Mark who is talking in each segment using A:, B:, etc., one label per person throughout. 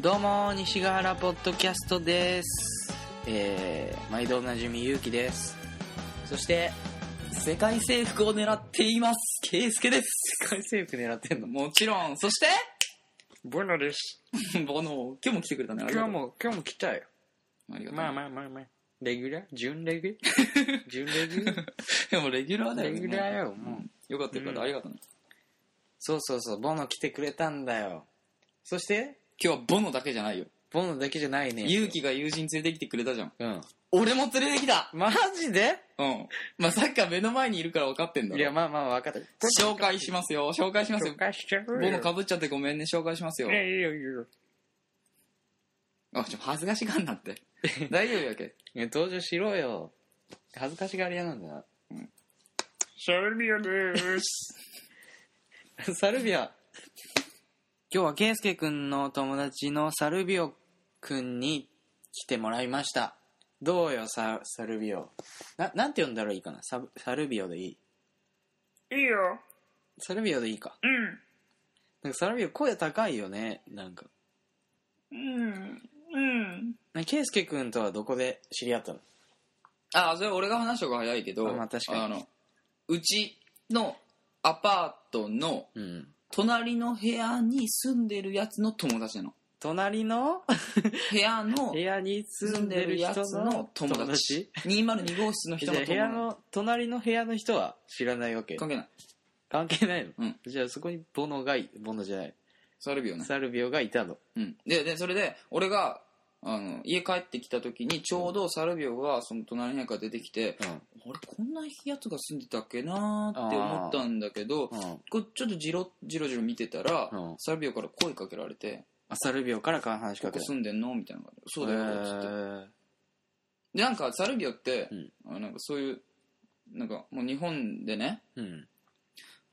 A: どうも西ヶ原ポッドキャストです、えー、毎度おなじみゆうきですそして世界征服を狙っていますケイスケです世界征服狙ってんのもちろんそして
B: ボナです。
A: ボノ今日も来てくれたねありが
B: 今
A: と
B: 日
A: う
B: も、今日も来たよ。
A: ありがとう
B: まあまあまあまあ。レギュラー準レ ギュ準レギュ
A: でもレギュラーだよ
B: レ
A: ね
B: ギュラーよ、もう。
A: よかったよかった、
B: うん
A: ありがとうね
B: そうそうそう、ボノ来てくれたんだよ。そして、
A: 今日はボノだけじゃないよ
B: ボノだけじゃないね。
A: ゆうきが友人連れてきてくれたじゃん
B: うん。
A: 俺も連れてきた
B: マジで
A: うんまあサッカー目の前にいるから分かってんだ
B: い
A: ろ
B: や、まあまあ、分かった。
A: 紹介しますよ紹介しますよ
B: 紹介しちゃう
A: ボノかぶっちゃってごめんね紹介しますよ
B: いやいやいや
A: あちょ恥ずかしがんなって 大丈夫やけ
B: いや登場しろよ。恥ずかしがり屋なんだな。
A: シャルビアです
B: サルビア。今日はケイスケくんの友達のサルビオくんに来てもらいました。どうよ、ササルビオ。な、なんて呼んだらいいかなササルビオでいい。
A: いいよ
B: サルビオでいいか。
A: う
B: なんかサルビオ声高いよね、なんか。
A: んうんうん
B: なケイスケくんとはどこで知り合ったの
A: あそれ俺が話した方が早いけど
B: あまあ確かに
A: のうちのアパートの
B: うん。
A: 隣の部屋に住んでるやつの友達なの
B: 隣の
A: 部屋の
B: 部屋に住んでる人の友達
A: 202号室の人
B: じゃ
A: の
B: あ
A: 友
B: 部屋
A: 達
B: の、隣の部屋の人は知らないわけ
A: 関係ない
B: 関係ないの、
A: うん
B: じゃあそこにボノがい、ボノじゃない。
A: サルビオね
B: サルビオがいたの。
A: うん、ででそれで俺があの家帰ってきた時にちょうどサルビオがその隣の部屋から出てきて
B: う
A: 「俺こんなやつが住んでたっけな」って思ったんだけど
B: ん。うん。
A: こうちょっとじろじろじろ見てたら、
B: うん
A: サルビオから声かけられて
B: あサルビオから
A: 「
B: 話し
A: こ
B: か
A: こ
B: けた
A: 住んでんの?」みたいな感じで「そうだよ」っつって、
B: へー
A: でなんかサルビオって、
B: うん
A: あなんかそういうなんかもう日本でね
B: うん。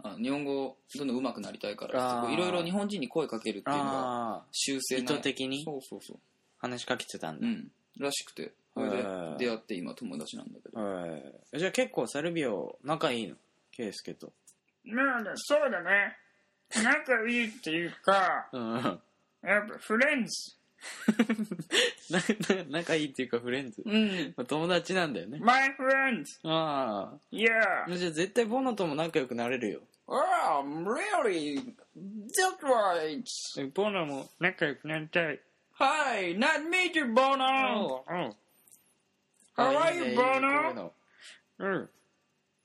A: あ日本語どんどん上手くなりたいか
B: あ
A: ら
B: ー
A: こういろいろ日本人に声かけるっていうのが
B: ああ
A: 修正
B: ー、意
A: な
B: 図的に
A: そうそうそう
B: 話しかけてたん
A: う
B: だ。
A: ん、らしくてそれで
B: へー
A: 出会って今友達なんだけど
B: へーじゃあ結構サルビオ仲いいのケイスケと。
C: まあね、そうだね。仲いいっていうか、
B: うん。な、
C: やっぱフレンズ。
B: な、仲いいっていうかフレンズ。
A: うん
B: まあ友達なんだよね。
C: My friends!
B: あ
C: Yeah!
B: あ。じゃあ絶対ボノとも仲良くなれるよ。
A: ああ really that's right
B: ボノも
C: 仲良くなりたい。
A: hi not me too bono
C: うん。
B: あ
C: How
B: あ
C: are
B: いいね
C: you,
B: いいねこういう
C: Bono?
B: の
C: うん。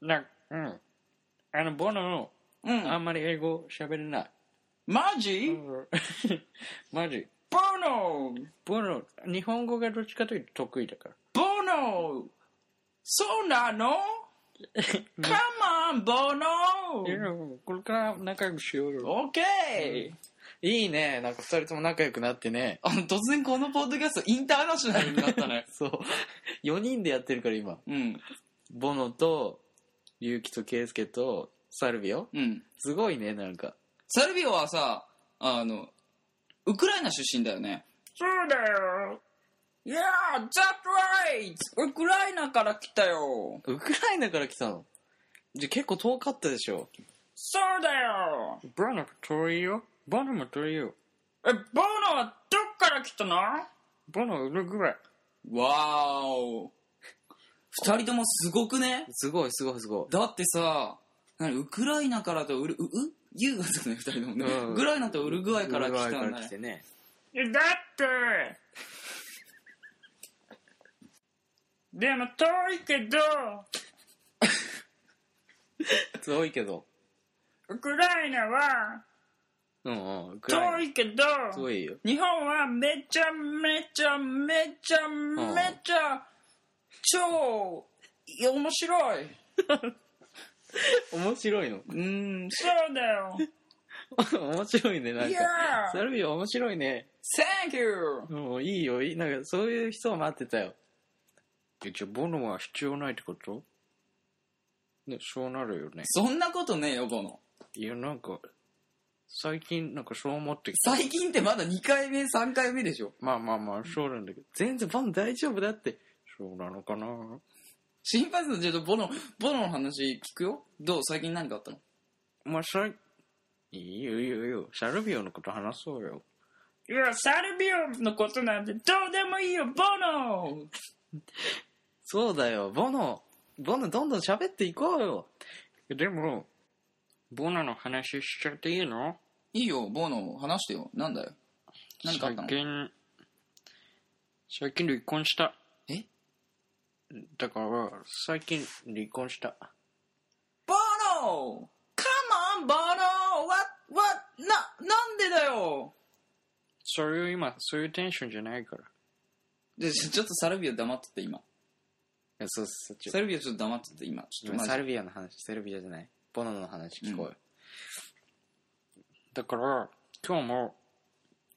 C: な、うん。
B: あの、ボノ、
A: う
B: あ
A: ん
B: んまり英語喋れない。
A: マジ
B: んマジ。
A: bono
B: ボノ、日本語がどっちかというと得意だから。
A: bono そうな の come on bono
B: や、これから仲良くしよう。
A: okay
B: いいね。なんか二人とも仲良くなってね。
A: あの突然このポッドキャストインターナショナルになった ね
B: そう。4人でやってるから今。
A: うん
B: ボノと、ユウキとケイスケと、サルビオ
A: うん
B: すごいね、なんか。
A: サルビオはさあのウクライナ出身だよね
C: そうだよ。
A: いやー、that's right! ウクライナから来たよ。
B: ウクライナから来たのじゃ、結構遠かったでしょ。
A: そうだよ。
C: ボノも遠いよ。ボノも遠いよ。
A: え、ボーノはどっから来たのわ
C: ボノウルグアイ。
A: ーお。二人ともすごくね
B: すごい、すごい、すご
A: だってさ、何ウクライナからとウル、う、うユーガだね、二人ともね。
B: うん
A: ウクライナとウルグア
B: い。
A: イから来た
B: ウルグアイ
A: んだ
B: から
A: ね
B: 来。てね。
C: えだって、でも遠いけど、
B: 遠いけど。
C: ウクライナは
B: うんうん、ウクラ
C: 遠
B: イ
C: いけど、
B: ナ。遠いよ。
C: 日本はめちゃめちゃめちゃめちゃ
A: 超、いや、面白い。
B: 面白いの。
A: うーん、
C: そうだよ。
B: 面白いね、なん
C: い
B: か
C: や。
B: サルビオ面白いね。
A: Thank you!
B: もういいよ、いい。なんか、そういう人を待ってたよ。じゃあ、ボノは必要ないってことね、そうなるよね。
A: そんなことねえよ、ボノ。
B: いや、なんか、最近、なんかそう思ってきた。
A: 最近ってまだ2回目、3回目でしょ。
B: まあまあまあ、そうなんだけど、全然ボノ大丈夫だって。そうなのかな
A: 心配するのちょっとボノボノの話聞くよどう最近何かあったの
B: まあ、さい、いいよいいよいいよ。サルビオのこと話そうよ。
C: いいや、サルビオのことなんてどうでもいいよ、ボノ
B: そうだよ、ボノ、ボノどんどん喋っていこうよ。
D: でも、ボナの話しちゃっていいの
A: いいよ、ボーノ、話してよ。なんだよ。何かあった
D: 最
A: の
D: 近、最近離婚した。
A: え
D: だから、最近離婚した。
A: ボノ !Come on, ボノ !What, what, な、なんでだよ
D: そういう今、そういうテンションじゃないから。い
A: でちょちょっとサルビオ黙っとって今。
B: いやそうそう、ちょ
A: サルビオちょっと黙っとって今。ちょっと
B: 今
A: マジ
B: サルビアの話、セルビアじゃない。ボノの話聞こうよ。
D: だから、今日も、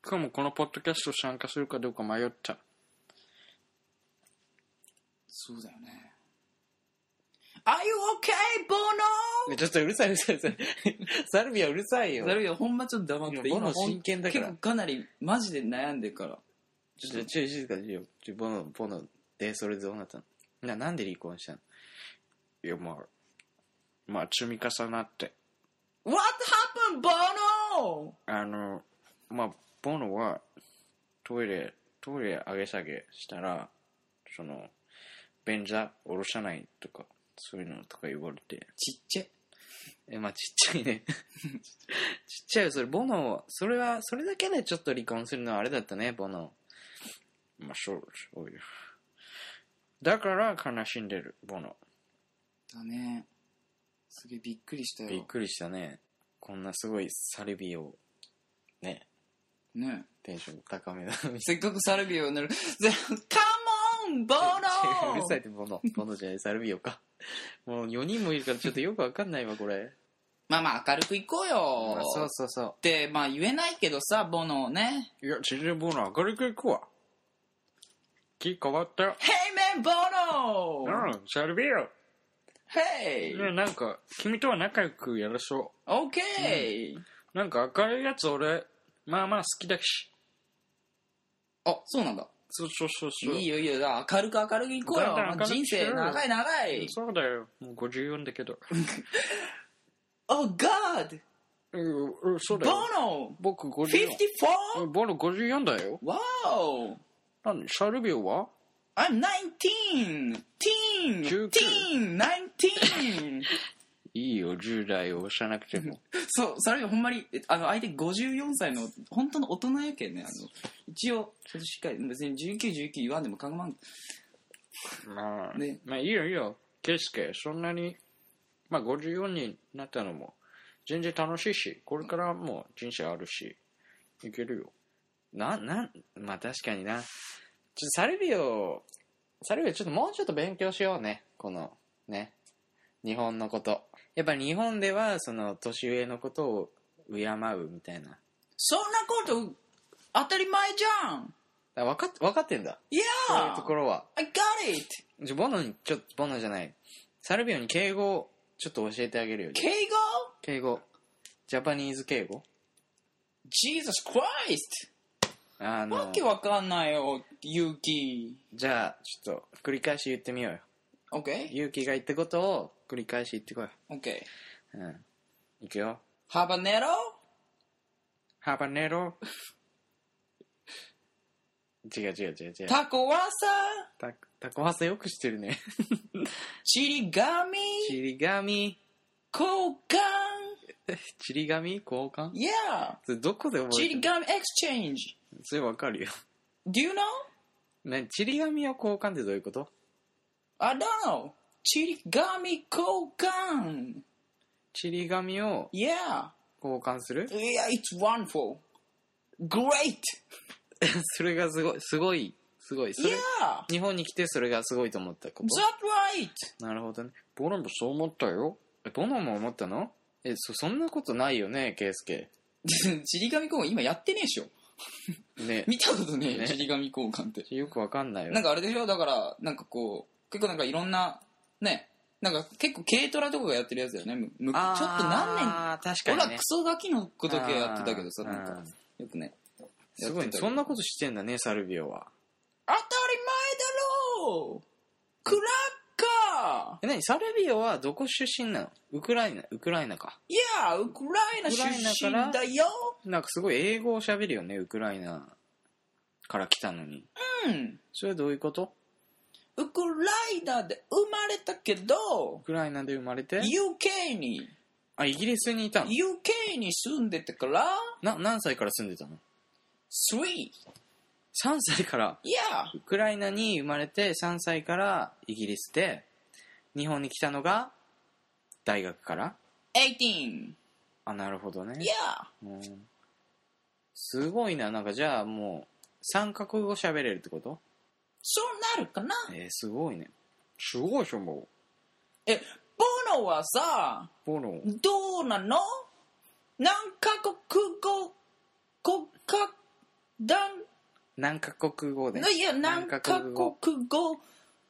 D: 今日もこのポッドキャスト参加するかどうか迷った。
A: そうだよね。Are you okay, ボ
B: いやちょっとうるさい、うるさい、うるさ い。サルビアうるさいよ
A: ノ。サルビオほんまちょっと黙っとって
B: いやボノ
A: ほん
B: 真剣だから
A: 結構かなりマジで悩んでるから。
B: ちょっと、ちょ、静かにしよう。ちょ、ボノ、ボノ、で、それどうなったのな、なんで離婚したの
D: いや、まあ、まあ、積み重なって。
A: What happened, ボノ
D: あの、まあ、ボノは、トイレ、トイレ上げ下げしたら、その、便座下ろさないとか、そういうのとか言われて、
B: ちっちゃい。え、まあ、ちっちゃいね。 ちっちゃいよ、それ、ボノ、それは、それだけでちょっと離婚するのはあれだったね、ボノ。
D: まあ、そう、そういう。だから、悲しんでる、ボノ。
A: だね。すげえびっくりした
B: びっ
A: よ。
B: くりしたね。こんなすごいサルビアを、ね、
A: ね。
B: テンション高めなのに。
A: せっかくサルビオになる。で Come on, ボ ノ
B: うるさいって、ボノ。ボノじゃない、サルビオか。 もう4人もいるからちょっとよくわかんないわ、これ。
A: まあまあ明るくいこうよ。
B: あそうそうそう。
A: って、まあ言えないけどさ、ボノね。
D: いや、全然ボノ明るく行くわ。気変わったよ。
A: Hey man, ボ
D: う
A: ノ
D: ん、サルビア。い
A: !Hey!
D: や、なんか、君とは仲良くやらそう。
A: OK!
D: なんか明るいやつ俺、まあまあ好きだし。
A: あ、そうなんだ。
D: そうそうそうそう。
A: いいよいいよ。だから明るく明るくいこうよ。
D: だんだん
A: まあ人生
D: 明るく
A: 長
D: し
A: い長い。
D: そうだよ。もう54だけど。
A: Oh god!
D: うん、うんそう
A: ボ
D: だよ。
A: ノ
D: 僕54。
A: 54?
D: うんボロ54だよ。
A: Wow!
D: なんで、シャルビオは
A: I'm 19! Teen!
D: 19
A: Teen! 19!
D: いいよ、10代を押さなくても。
A: そう、それがほんまに、えあの、相手54歳の、本当の大人やけんね、あの、一応、ちょっとしっかり、別に19、19言わんでもかまん。
D: まあ、
A: ね
D: まあいいよいいよ。ケイスケ、そんなに、まあ54になったのも、全然楽しいし、これからもう人生あるし、いけるよ。
B: な、なん、まあ確かにな。ちょっとサルビオ、サルビオちょっともうちょっと勉強しようね。この、ね。日本のこと。やっぱ日本では、その、年上のことを敬うみたいな。だか
A: そんなこと、当たり前じゃん
B: ら分かっ、分かってんだ。そういうと
A: !Yeah!
B: ころは。
A: I got it!
B: じゃ、ボノに、ちょっと、ボノじゃない。サルビオに敬語を、ちょっと教えてあげるよ。
A: 敬語
B: 敬語。ジャパニーズ敬語
A: ?Jesus Christ!
B: あ
A: わ
B: の、
A: けわかんないよ、勇気。
B: じゃあ、ちょっと、繰り返し言ってみようよ。
A: OK?OK?Have
B: 勇気が言ったことを、繰り返し言ってこい。うん。いくよ。
A: a n e r o
D: ハバネロ、
B: 違う違う違う違う。
A: タコワサ
B: た、たこはさよくしてるね。
A: チリガミ
B: ちりがみ、
A: 交換
B: ちりがみ交換
A: Yeah!
B: それどこで覚
A: チ
B: えて
A: リ
B: る
A: ガミ exchange!
B: それわかるよ。
A: Do you know?
B: なに、ちりがみを交換ってどういうこと
A: I don't know. ちりがみ交換。
B: ちりがみを
A: Yeah.
B: 交換する
A: Yeah, it's wonderful. Great.
B: それがすごい、すごい、すごい。それ
A: Yeah.
B: 日本に来てそれがすごいと思ったこ
A: Is that
B: と
A: right?
B: なるほどね。
D: ボロもそう思ったよ。
B: え、ボノも思ったのえ、そ、そんなことないよね、ケイスケ。
A: ちりがみ交換今やってねえでしょ。
B: ね。
A: 見たことねえ、
B: ね
A: ちりがみ交換って。
B: よくわかんないよ
A: なん。かあれでしょだから、なんかこう、結構なんかいろんな、ね、なんか結構軽トラとかがやってるやつだよね。むむちょっと何年
B: あー確
A: 俺
B: かに
A: ら
B: ね
A: ク。ソガキの子だけやってたけどさ、
B: あー
A: なん
B: う
A: か
B: ん、
A: よくね。
B: すごいね。そんなことしてんだね、サルビオは。
A: 当たり前だろうクラッカ Yeah!
B: え、何サルビオはどこ出身なのウクライナ、ウクライナか。
A: Yeah! ウクライナ出身だよ
B: なんかすごい英語を喋るよね、ウクライナから来たのに。
A: うん
B: それはどういうこと
A: ウクライナで生まれたけど
B: ウ、クライナで生まれて
A: UK に、
B: あ、イギリスにいたの
A: UK に住んでたから、
B: な、何歳から住んでたの
A: 3!
B: ?3 歳から。
A: Yeah!
B: ウクライナに生まれて3歳からイギリスで、日本に来たのが大学から。
A: 18!
B: あ、なるほどね。
A: Yeah!
B: うんすごいな。なんかじゃあもう、三カ国語喋れるってこと
A: そうなるかな
B: えー、すごいね。
E: すごいでしょ、も
A: え、ボノはさ、
E: う。ボロ。
A: どうなの何カ国語、国家団、
B: 何カ国語で。
A: いや、何カ国語、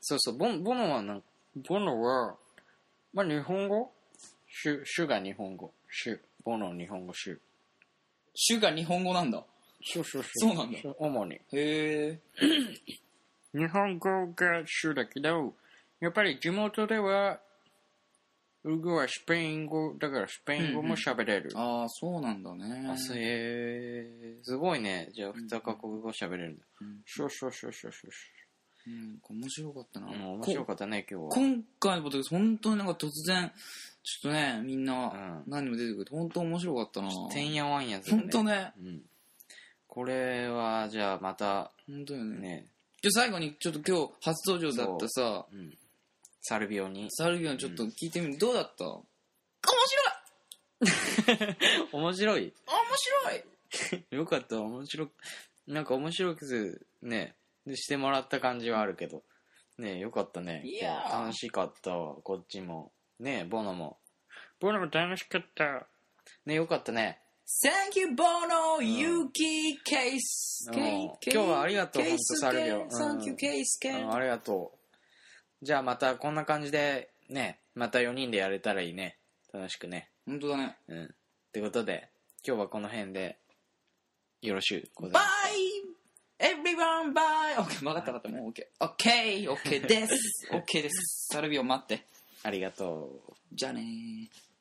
B: そうそう、ボンボノはなん
E: ボロは、まあ、日本語主、主が日本語。主。ボロ日本語主。
A: 主が日本語なんだ。
E: そうそうそ。
A: そううなんだ。
E: 主に。
A: へえ。
E: 日本語が主だけど、やっぱり地元では、ウグはスペイン語、だからスペイン語も喋れる。
A: ああ、そうなんだね
B: あ、そうえーすごいね。じゃあ、二カ国語喋れるんだ。
E: そうそうそうそうそう。
A: うん、面白かったな。
B: うん、面白かったね、今日は。
A: 今回のポッドキャスト本当になんか突然ちょっとねみんな
B: う
A: 何人も出てくれて本当面白かったな
B: てんやわんやするね。
A: 本当ね
B: うん。これは、じゃあ、また、
A: 本当よね
B: ね、
A: じゃあ最後にちょっと今日初登場だったさ
B: うん。サルビオに。
A: サルビオにちょっと聞いてみる、どうだった面
B: 面
A: 白
B: 白い。
A: い面白い
B: よかった、面白く、なんか面白くね、でしてもらった感じはあるけど。ねよかったね。
A: いやー
B: 今日楽しかったわ、こっちも。ねボノも。
E: ボロ楽しかった。
B: ねよかったね。
A: Thank you, Bono, Yuki, Case,
B: うん今日はありがとう
A: ケイス
B: ほんとサルビオうん
A: Thank you, Case,
B: あ
A: Case.
B: のありがとう。じゃあまたこんな感じで、ね、また4人でやれたらいいね。楽しくね。
A: 本当だね。
B: うん。ってことで、今日はこの辺で、よろしゅうございま
A: Bye!
B: す。
A: Everyone, bye! OK, 分かった分かった。もう OK。OK、OK です。OK です。サルビオ待って。
B: ありがとう。
A: じゃあねー。